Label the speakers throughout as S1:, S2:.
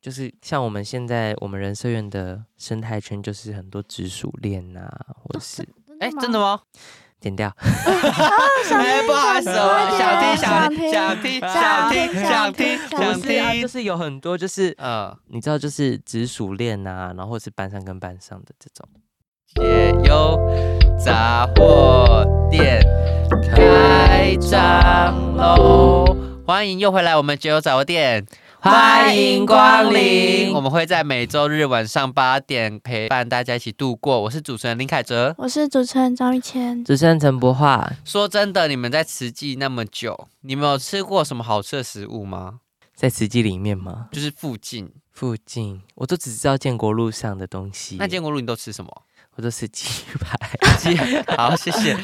S1: 就是像我们现在我们人社院的生态圈，就是很多紫薯链啊，或者 是哎、真的
S2: 吗？
S1: 吗？剪掉，
S3: 哎、不好意思哦，想听想
S2: 想听
S3: 想听
S2: 想
S3: 想
S2: 听
S3: 听想听
S1: 不
S2: 想听
S3: 想
S1: 是啊，就
S3: 听，
S1: 是有很多就是
S3: 呃，
S1: 你知道，就是紫薯链啊，然后是班上跟班上的这种。
S3: 解忧杂货店开张喽！欢迎又回来我们解忧杂货店。
S1: 欢迎光临
S3: 我们会在每周日晚上八点陪伴大家一起度过。我是主持人林凯哲。
S2: 我是主持人张玉谦，
S1: 主持人陈博化，
S3: 说真的，你们在慈济那么久，你们有吃过什么好吃的食物吗？
S1: 在慈济里面吗？
S3: 就是附近
S1: 附近我都只知道建国路上的东西，
S3: 那建国路你都吃什么？
S1: 我都是鸡排。
S3: 鸡
S1: 嗯
S3: 好，谢谢。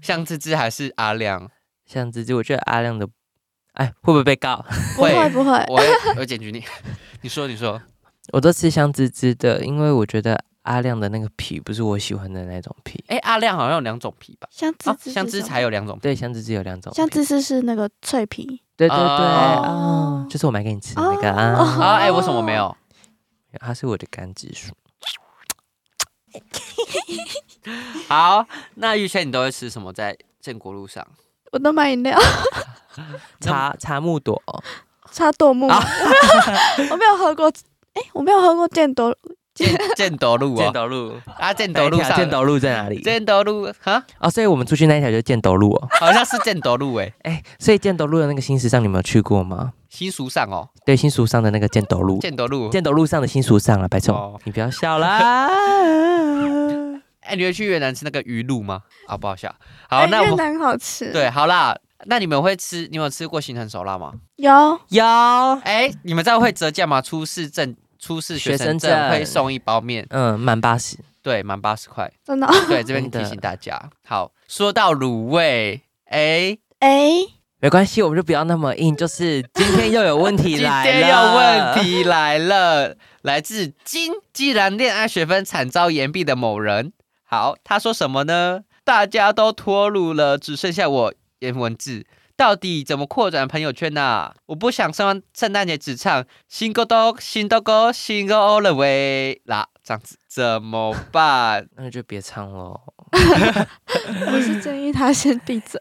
S3: 像芝芝还是阿亮？
S1: 像自己，我觉得阿亮的，哎，会不会被告？
S2: 不会不会，
S3: 我会我会检举你。 你说，你说，
S1: 我都吃香滋滋的，因为我觉得阿亮的那个皮不是我喜欢的那种皮。
S3: 哎、阿亮好像有两种皮吧？
S2: 像芝
S3: 啊，
S2: 芝
S3: 香芝才
S2: 有，
S3: 有两种皮。
S1: 对，香滋滋有两种皮，
S2: 像芝芝是那个脆皮，
S1: 对对对，
S3: 哦
S1: 哦，就是我买给你吃的那个
S2: 哦
S1: 啊，
S3: 啊，哎、为什么没有？
S1: 它是我的肝指数。
S3: 好，那玉谦你都会吃什么？在建国 路上，
S2: 我都买饮料，
S1: 茶茶木朵，
S2: 插豆木，
S3: 啊
S2: 我没有喝过，哎，我没有喝过剑夺，
S3: 建斗路啊、
S1: 斗路，哦
S3: 啊，建斗路上，
S1: 建斗路在哪里？
S3: 建斗路啊，
S1: 哦，所以我们出去那一条就是建斗路哦。
S3: 好像是建斗路哎、
S1: 哎，所以建斗路的那个新时尚，你们有去过吗？
S3: 新书上哦，
S1: 对，新俗上的那个建斗路，
S3: 建斗路。
S1: 建斗路上的新俗上啊，白
S3: 哦
S1: 总，你不要笑 啦。
S3: 哎、你会去越南吃那个鱼露吗？啊，不好笑。好，
S2: 哎
S3: 那
S2: 越
S3: 我们
S2: 南好吃，，
S3: 对，啊好啦。那你们会吃？你们有吃过行程手 辣吗？
S2: 有
S1: 有，
S3: 哎、你们知道会折价吗？出示证、出示学
S1: 学
S3: 生
S1: 生
S3: 证
S1: 证
S3: 会送一包面，
S1: 嗯，满八十，
S3: 对，满八十块。
S2: 真的哦，
S3: 对，这边
S1: 真的
S3: 提醒大家。好，说到卤味，哎、
S2: 哎，
S1: 没关系，我们就不要那么硬。就是今天又有问题
S3: 今
S1: 来了，
S3: 天要问，题来了，来自金，既然恋爱学分惨遭延毕的某人，好，他说什么呢？大家都脱乳了，只剩下我颜文字，到底怎么扩展朋友圈呐、我不想圣圣诞节只唱新歌都新都歌新歌 all the way 啦，这样子怎么办？
S1: 那就别唱喽。
S2: 我是建议他先闭 嘴，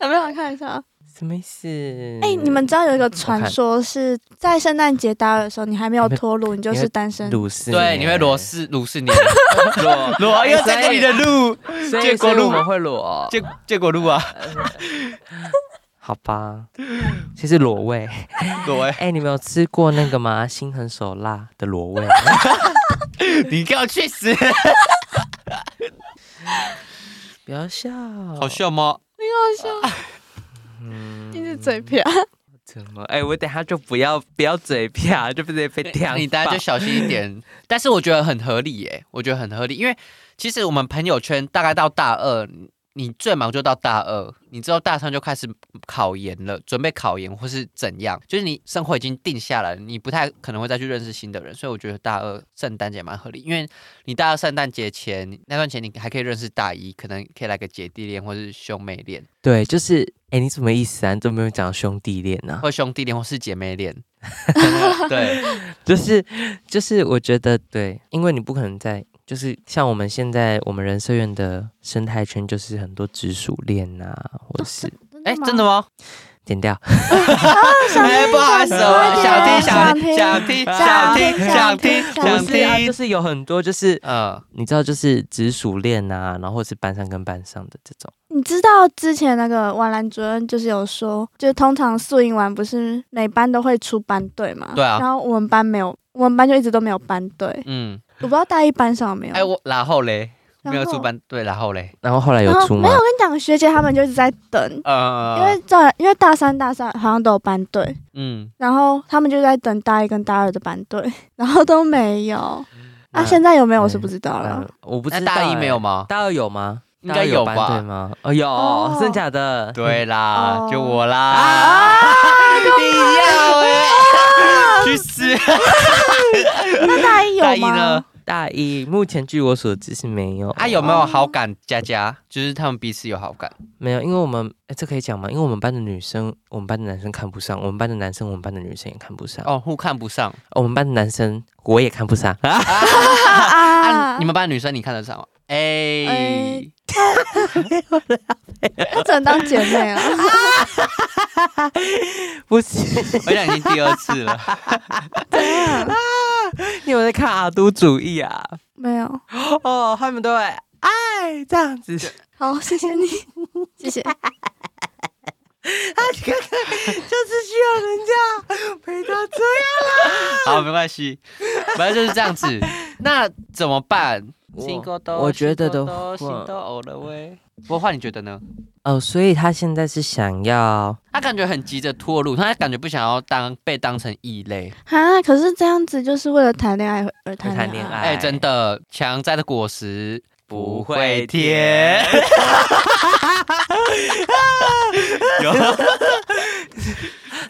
S2: 有没有看一下？
S1: 什么意思？
S2: 啊
S3: 嗯
S2: 哎、你们知道有一个传说是在圣诞节打耳的时候，你还没有脱乳，你就是单身。
S1: 鲁斯，
S3: 对，你会裸，四 裸四年， 裸裸又在跟你的路，
S1: 哎所以
S3: 结
S1: 所
S3: 果
S1: 以
S3: 录
S1: 我们会裸，
S3: 结结果路啊，
S1: 好吧？其实裸 味，
S3: 裸欸
S1: 哎、你们有吃过那个吗？心狠手辣的裸味，
S3: 你给我去死！
S1: 不要笑，
S3: 好笑吗？啊
S2: 很
S3: 哎
S2: 好笑，
S1: 嗯
S2: 一直嘴瓢。
S1: 怎么？哎、我等下就不要不要嘴瓢，就不得被掉。
S3: 你大家就小心一点。 但是我觉得很合理耶、我觉得很合理，因为其实我们朋友圈大概到大二，你你最忙就到大二，你之后大三就开始考研了，准备考研或是怎样，就是你生活已经定下来了，你不太可能会再去认识新的人，所以我觉得大二圣诞节蛮合理，因为你大二圣诞节前那段前你还可以认识大一，可能可以来个姐弟恋或是兄妹恋，
S1: 对，就是哎、你什么意思啊？你怎么没有讲兄弟恋啊呢、
S3: 或兄弟恋或是姐妹 恋。对，
S1: 就是就是，我觉得对，因为你不可能在，就是像我们现在我们人社院的生态圈，就是很多直属恋啊，或者 是
S3: 哎、真的
S2: 吗？
S3: 吗？
S1: 剪掉，
S3: 哎，不好意思哦，想听想
S2: 想
S3: 听
S2: 听
S3: 想听想
S2: 想
S3: 听
S2: 听
S3: 想听
S2: 想
S3: 想
S1: 不是啊，就
S3: 听，
S1: 是有很多就是
S3: 嗯，
S1: 你知道，就是直属恋啊，然后或是班上跟班上的这种，
S2: 你知道之前那个婉兰主任就是有说，就是通常宿营完不是每班都会出班队嘛？
S3: 对啊
S2: 然后我们班没有，我们班就一直都没有班队。
S3: 嗯，
S2: 我不知道大一班上有没有。
S3: 哎，我然后嘞，
S2: 然后
S3: 没有出班，对，然后嘞，
S1: 然后后来有
S2: 然后
S1: 出
S2: 啊没
S1: 吗
S2: 有，我？跟你讲，学姐他们就一直在等，因
S3: 呃
S2: 为，照因为大三、大三好像都有班队，
S3: 嗯，
S2: 然后他们就在等大一跟大二的班队， 然后都没有。啊，
S3: 嗯
S1: 那
S2: 现在有没有我是不知道
S1: 嗯
S2: 了。
S1: 我不
S3: 那
S1: 知道、
S3: 大一没有
S1: 哎？
S3: 吗？
S1: 大二有吗？
S3: 应该
S1: 大二
S3: 有
S1: 班
S3: 吧
S1: 对吗？哦，有，
S2: 哦
S1: 真假的？
S3: 对啦，
S2: 哦
S3: 就我啦，你要哎，去死！
S2: 那大一有
S3: 嗯大一
S2: 吗
S3: 呢？？
S1: 大一目前据我所知是没有
S3: 啊，有没有好感？佳佳就是他们彼此有好感，
S1: 没有，因为我们哎，这可以讲吗？因为我们班的女生，我们班的男生看不上，我们班的男生，我们班的女生也看不上。哦，
S3: 哦，互看不上
S1: 我们班的男生我也看不上，
S2: 啊啊
S3: 啊！你们班的女生你看得上吗？哎、
S2: 哎他只能当姐妹啊 了。
S1: 不是？
S3: 我想已经第二次了。
S2: 对啊，
S1: 你有在看阿都主义啊？
S2: 没有。
S1: 哦，他们都会哎这样子，
S2: 好，谢谢你， 谢谢。
S1: 就是需要人家陪他这样。
S3: 好，没关系，反正就是这样子。那怎么办？
S1: 我
S3: 新歌都
S1: 我觉得
S3: 新歌
S1: 的
S3: 都新
S1: 话
S3: 歌偶了喂。不话你觉得呢？
S1: 哦，所以他现在是想要
S3: 他感觉很急着脱路，他感觉不想要当被当成异类。
S2: 啊，可是这样子就是为了谈恋爱啊而谈
S1: 谈恋爱
S3: 哎、真的，强摘的果实不会甜。
S1: 甜
S3: 有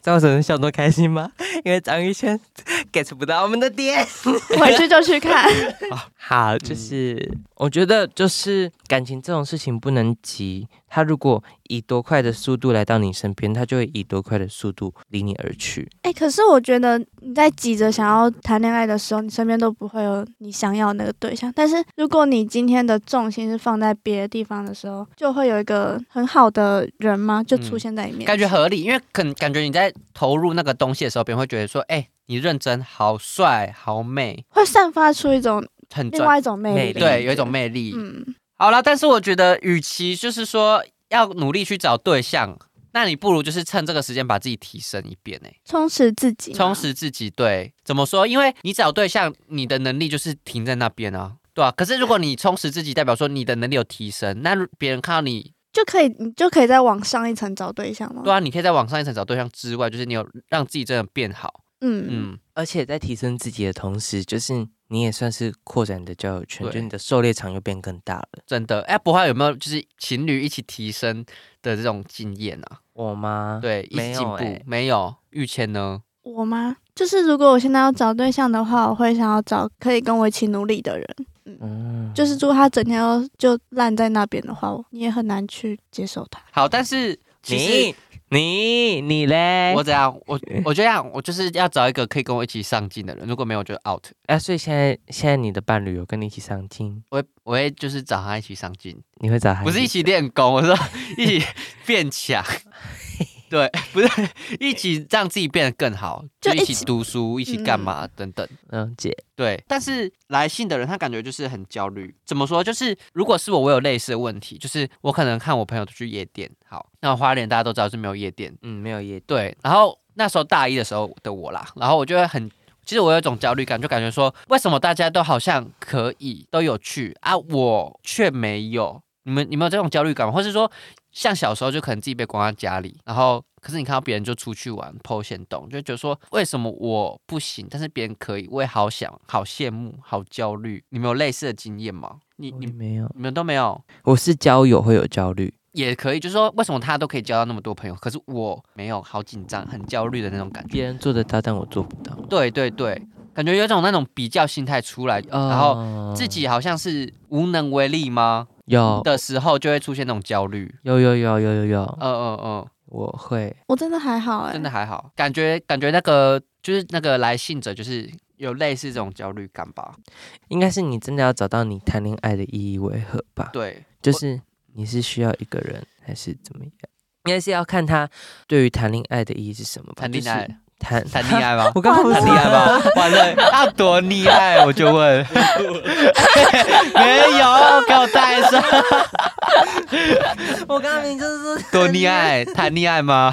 S1: 赵晨笑多开心吗？ 因为张玉轩 get 不到我们的点。嗯
S2: 回去就去 看。
S1: 好，就是、我觉得就是感情这种事情不能急，他如果以多快的速度来到你身边，他就会以多快的速度离你而去。
S2: 哎、可是我觉得你在急着想要谈恋爱的时候，你身边都不会有你想要的那个对象。但是如果你今天的重心是放在别的地方的时候，就会有一个很好的人吗？就出现在里面。
S3: 嗯感觉合理，因为感感觉你在投入那个东西的时候，别人会觉得说，哎、你认真，好帅，好美，
S2: 会散发出一种
S3: 很
S2: 另
S3: 专
S2: 外一种魅
S1: 魅
S2: 力，
S1: 力
S3: 对，有一种魅力。
S2: 嗯，
S3: 好啦，但是我觉得，与其就是说要努力去找对象，那你不如就是趁这个时间把自己提升一遍、欸，
S2: 充实自己，
S1: 啊
S3: 充。实自己。对，怎么说？因为你找对象，你的能力就是停在那边啊，对啊。可是如果你充实自己，代表说你的能力有提升，那如别人看到你，
S2: 就可以，你就可以再往上一层找对象吗？
S3: 对啊，你可以在网上一层找对象之外，就是你有让自己真的变好，
S2: 嗯，
S3: 嗯，
S1: 而且在提升自己的同时，就是你也算是扩展你的交友圈，
S3: 对
S1: 就你的狩猎场又变更大了。
S3: 真的。哎、不博翰有没有就是情侣一起提升的这种经验啊？
S1: 我吗？，
S3: 对，一起
S1: 没有
S3: 进步，
S1: 欸
S3: 没有。玉谦呢？
S2: 我吗？就是如果我现在要找对象的话，我会想要找可以跟我一起努力的人。
S1: 嗯，
S2: 就是如果他整天都就烂在那边的话，你也很难去接受他。
S3: 好，但是其实
S1: 你你你嘞？
S3: 我
S1: 我
S3: 怎样？ 我我这样，我就是要找一个可以跟我一起上进的人。如果没有，我就 out。
S1: 哎、所以现在现在你的伴侣有跟你一起上进，
S3: 我会我会就是找他一起上进，
S1: 你会找
S2: 哎
S1: 他？
S3: 不是一起练功，我说 一起变强。对，不是一起让自己变得更好，
S2: 就
S3: 就
S2: 一
S3: 一
S2: 起嗯
S3: 起读书，一起干嘛等等。
S1: 了解。
S3: 对，但是来信的人他感觉就是很焦虑。怎么说？就是如果是我，我有类似的问题，就是我可能看我朋友都去夜店，好，那花莲大家都知道是没有夜店，
S1: 嗯，没有也
S3: 对，然后那时候大一的时候的我啦，然后我就会很，其实我有一种焦虑感，就感觉说，为什么大家都好像可以都有去啊，我却没有？你们你们有这种焦虑感吗？或是说，像小时候就可能自己被关在家里，然后可是你看到别人就出去玩、剖线洞，就会觉得说，为什么我不行，但是别人可以？我也好想、好羡慕、好焦虑。你们有类似的经验吗？你
S1: 我也
S3: 你
S1: 哦没有，
S3: 你们都没有？
S1: 我是交友会有焦虑。
S3: 也可以，就是说，为什么他都可以交到那么多朋友，可是我没有，好紧张、很焦虑的那种感觉。
S1: 别人做得到，但我做不到。
S3: 对对对，感觉有一种那种比较心态出来，
S1: 嗯
S3: 然后
S1: 后
S3: 自己好像是无能为力吗
S1: 有
S3: 的时候，就会出现那种焦虑。
S1: 哦有有有有有有，
S3: 嗯嗯
S1: 我会
S2: 我真的还好哎、
S3: 嗯，真的还好，感觉感觉那个就是那个来信者就是有类似这种焦虑感吧？
S1: 应该是你真的要找到你谈恋爱的意义为何吧？
S3: 对，
S1: 就是你是需要一个人还是怎么样？应该是要看他对于谈恋爱的意义是什么吧。
S3: 谈恋
S1: 哦就
S3: 爱
S1: 是，谈
S3: 谈恋，爱吗
S1: ？我刚刚不是
S3: 很厉害吧？完了，要多厉害？我就 问，没有，给我带上。
S1: 我刚刚明明就是说
S3: 多恋，爱，谈恋爱吗？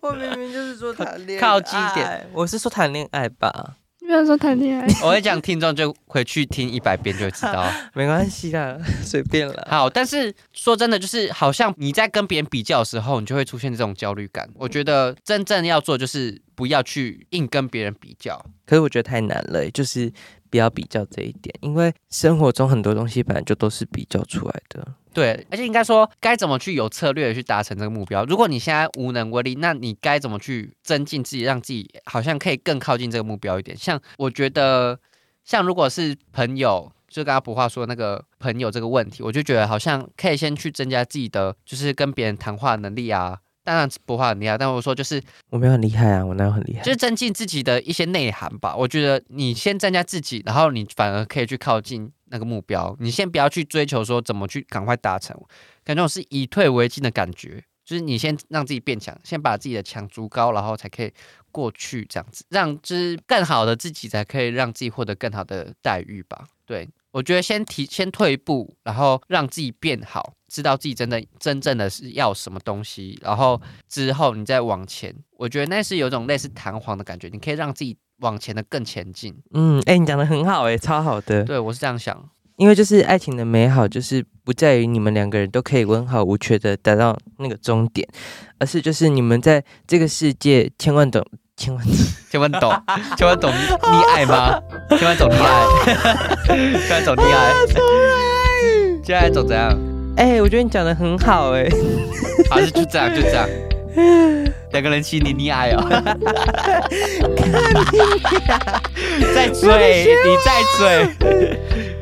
S1: 我明明就是说谈恋
S3: 爱靠近一点，
S1: 我是说谈恋爱吧，
S2: 你不要说谈恋爱，
S3: 我会讲，听众就回去听一百遍就会知道。
S1: 没关系啦，随便啦。
S3: 好，但是说真的，就是好像你在跟别人比较的时候，你就会出现这种焦虑感。我觉得真正要做就是不要去硬跟别人比较，
S1: 可是我觉得太难了，就是不要比较这一点，因为生活中很多东西本来就都是比较出来的。
S3: 对，而且应该说该怎么去有策略的去达成这个目标。如果你现在无能为力，那你该怎么去增进自己，让自己好像可以更靠近这个目标一点？像我觉得，像如果是朋友，就刚刚不话说那个朋友这个问题，我就觉得好像可以先去增加自己的，就是跟别人谈话能力啊。当然不话很厉害，但我说就是
S1: 我没有很厉害啊，我哪有很厉害？
S3: 就是增进自己的一些内涵吧。我觉得你先增加自己，然后你反而可以去靠近那个目标。你先不要去追求说怎么去赶快达成，感觉我是以退为进的感觉。就是你先让自己变强，先把自己的强筑高，然后才可以过去这样子，让就是更好的自己才可以让自己获得更好的待遇吧。对我觉得先提先退一步，然后让自己变好，知道自己真的真正的是要什么东西，然后之后你再往前，我觉得那是有种类似弹簧的感觉，你可以让自己往前的更前进。
S1: 嗯，哎、你讲的很好、哎，超好的。
S3: 对我是这样想，
S1: 因为就是爱情的美好，就是不在于你们两个人都可以温好无缺的达到那个终点，而是就是你们在这个世界千万种千 万
S3: 千万懂，千万懂你爱吗？千万懂你爱，千万懂你爱，千万懂怎样？
S1: 哎、我觉得你讲的很好、哎，
S3: 还是就这样，就这样。两个人亲你，你爱哦，再追，你再追。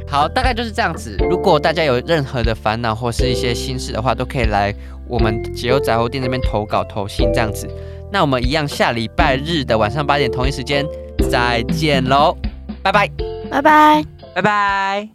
S3: 好，大概就是这样子。如果大家有任何的烦恼或是一些心事的话，都可以来我们解忧杂货店这边投稿投信这样子。那我们一样，下礼拜日的晚 上八点同一时间再见喽，拜拜。
S2: 拜拜。
S1: 拜拜。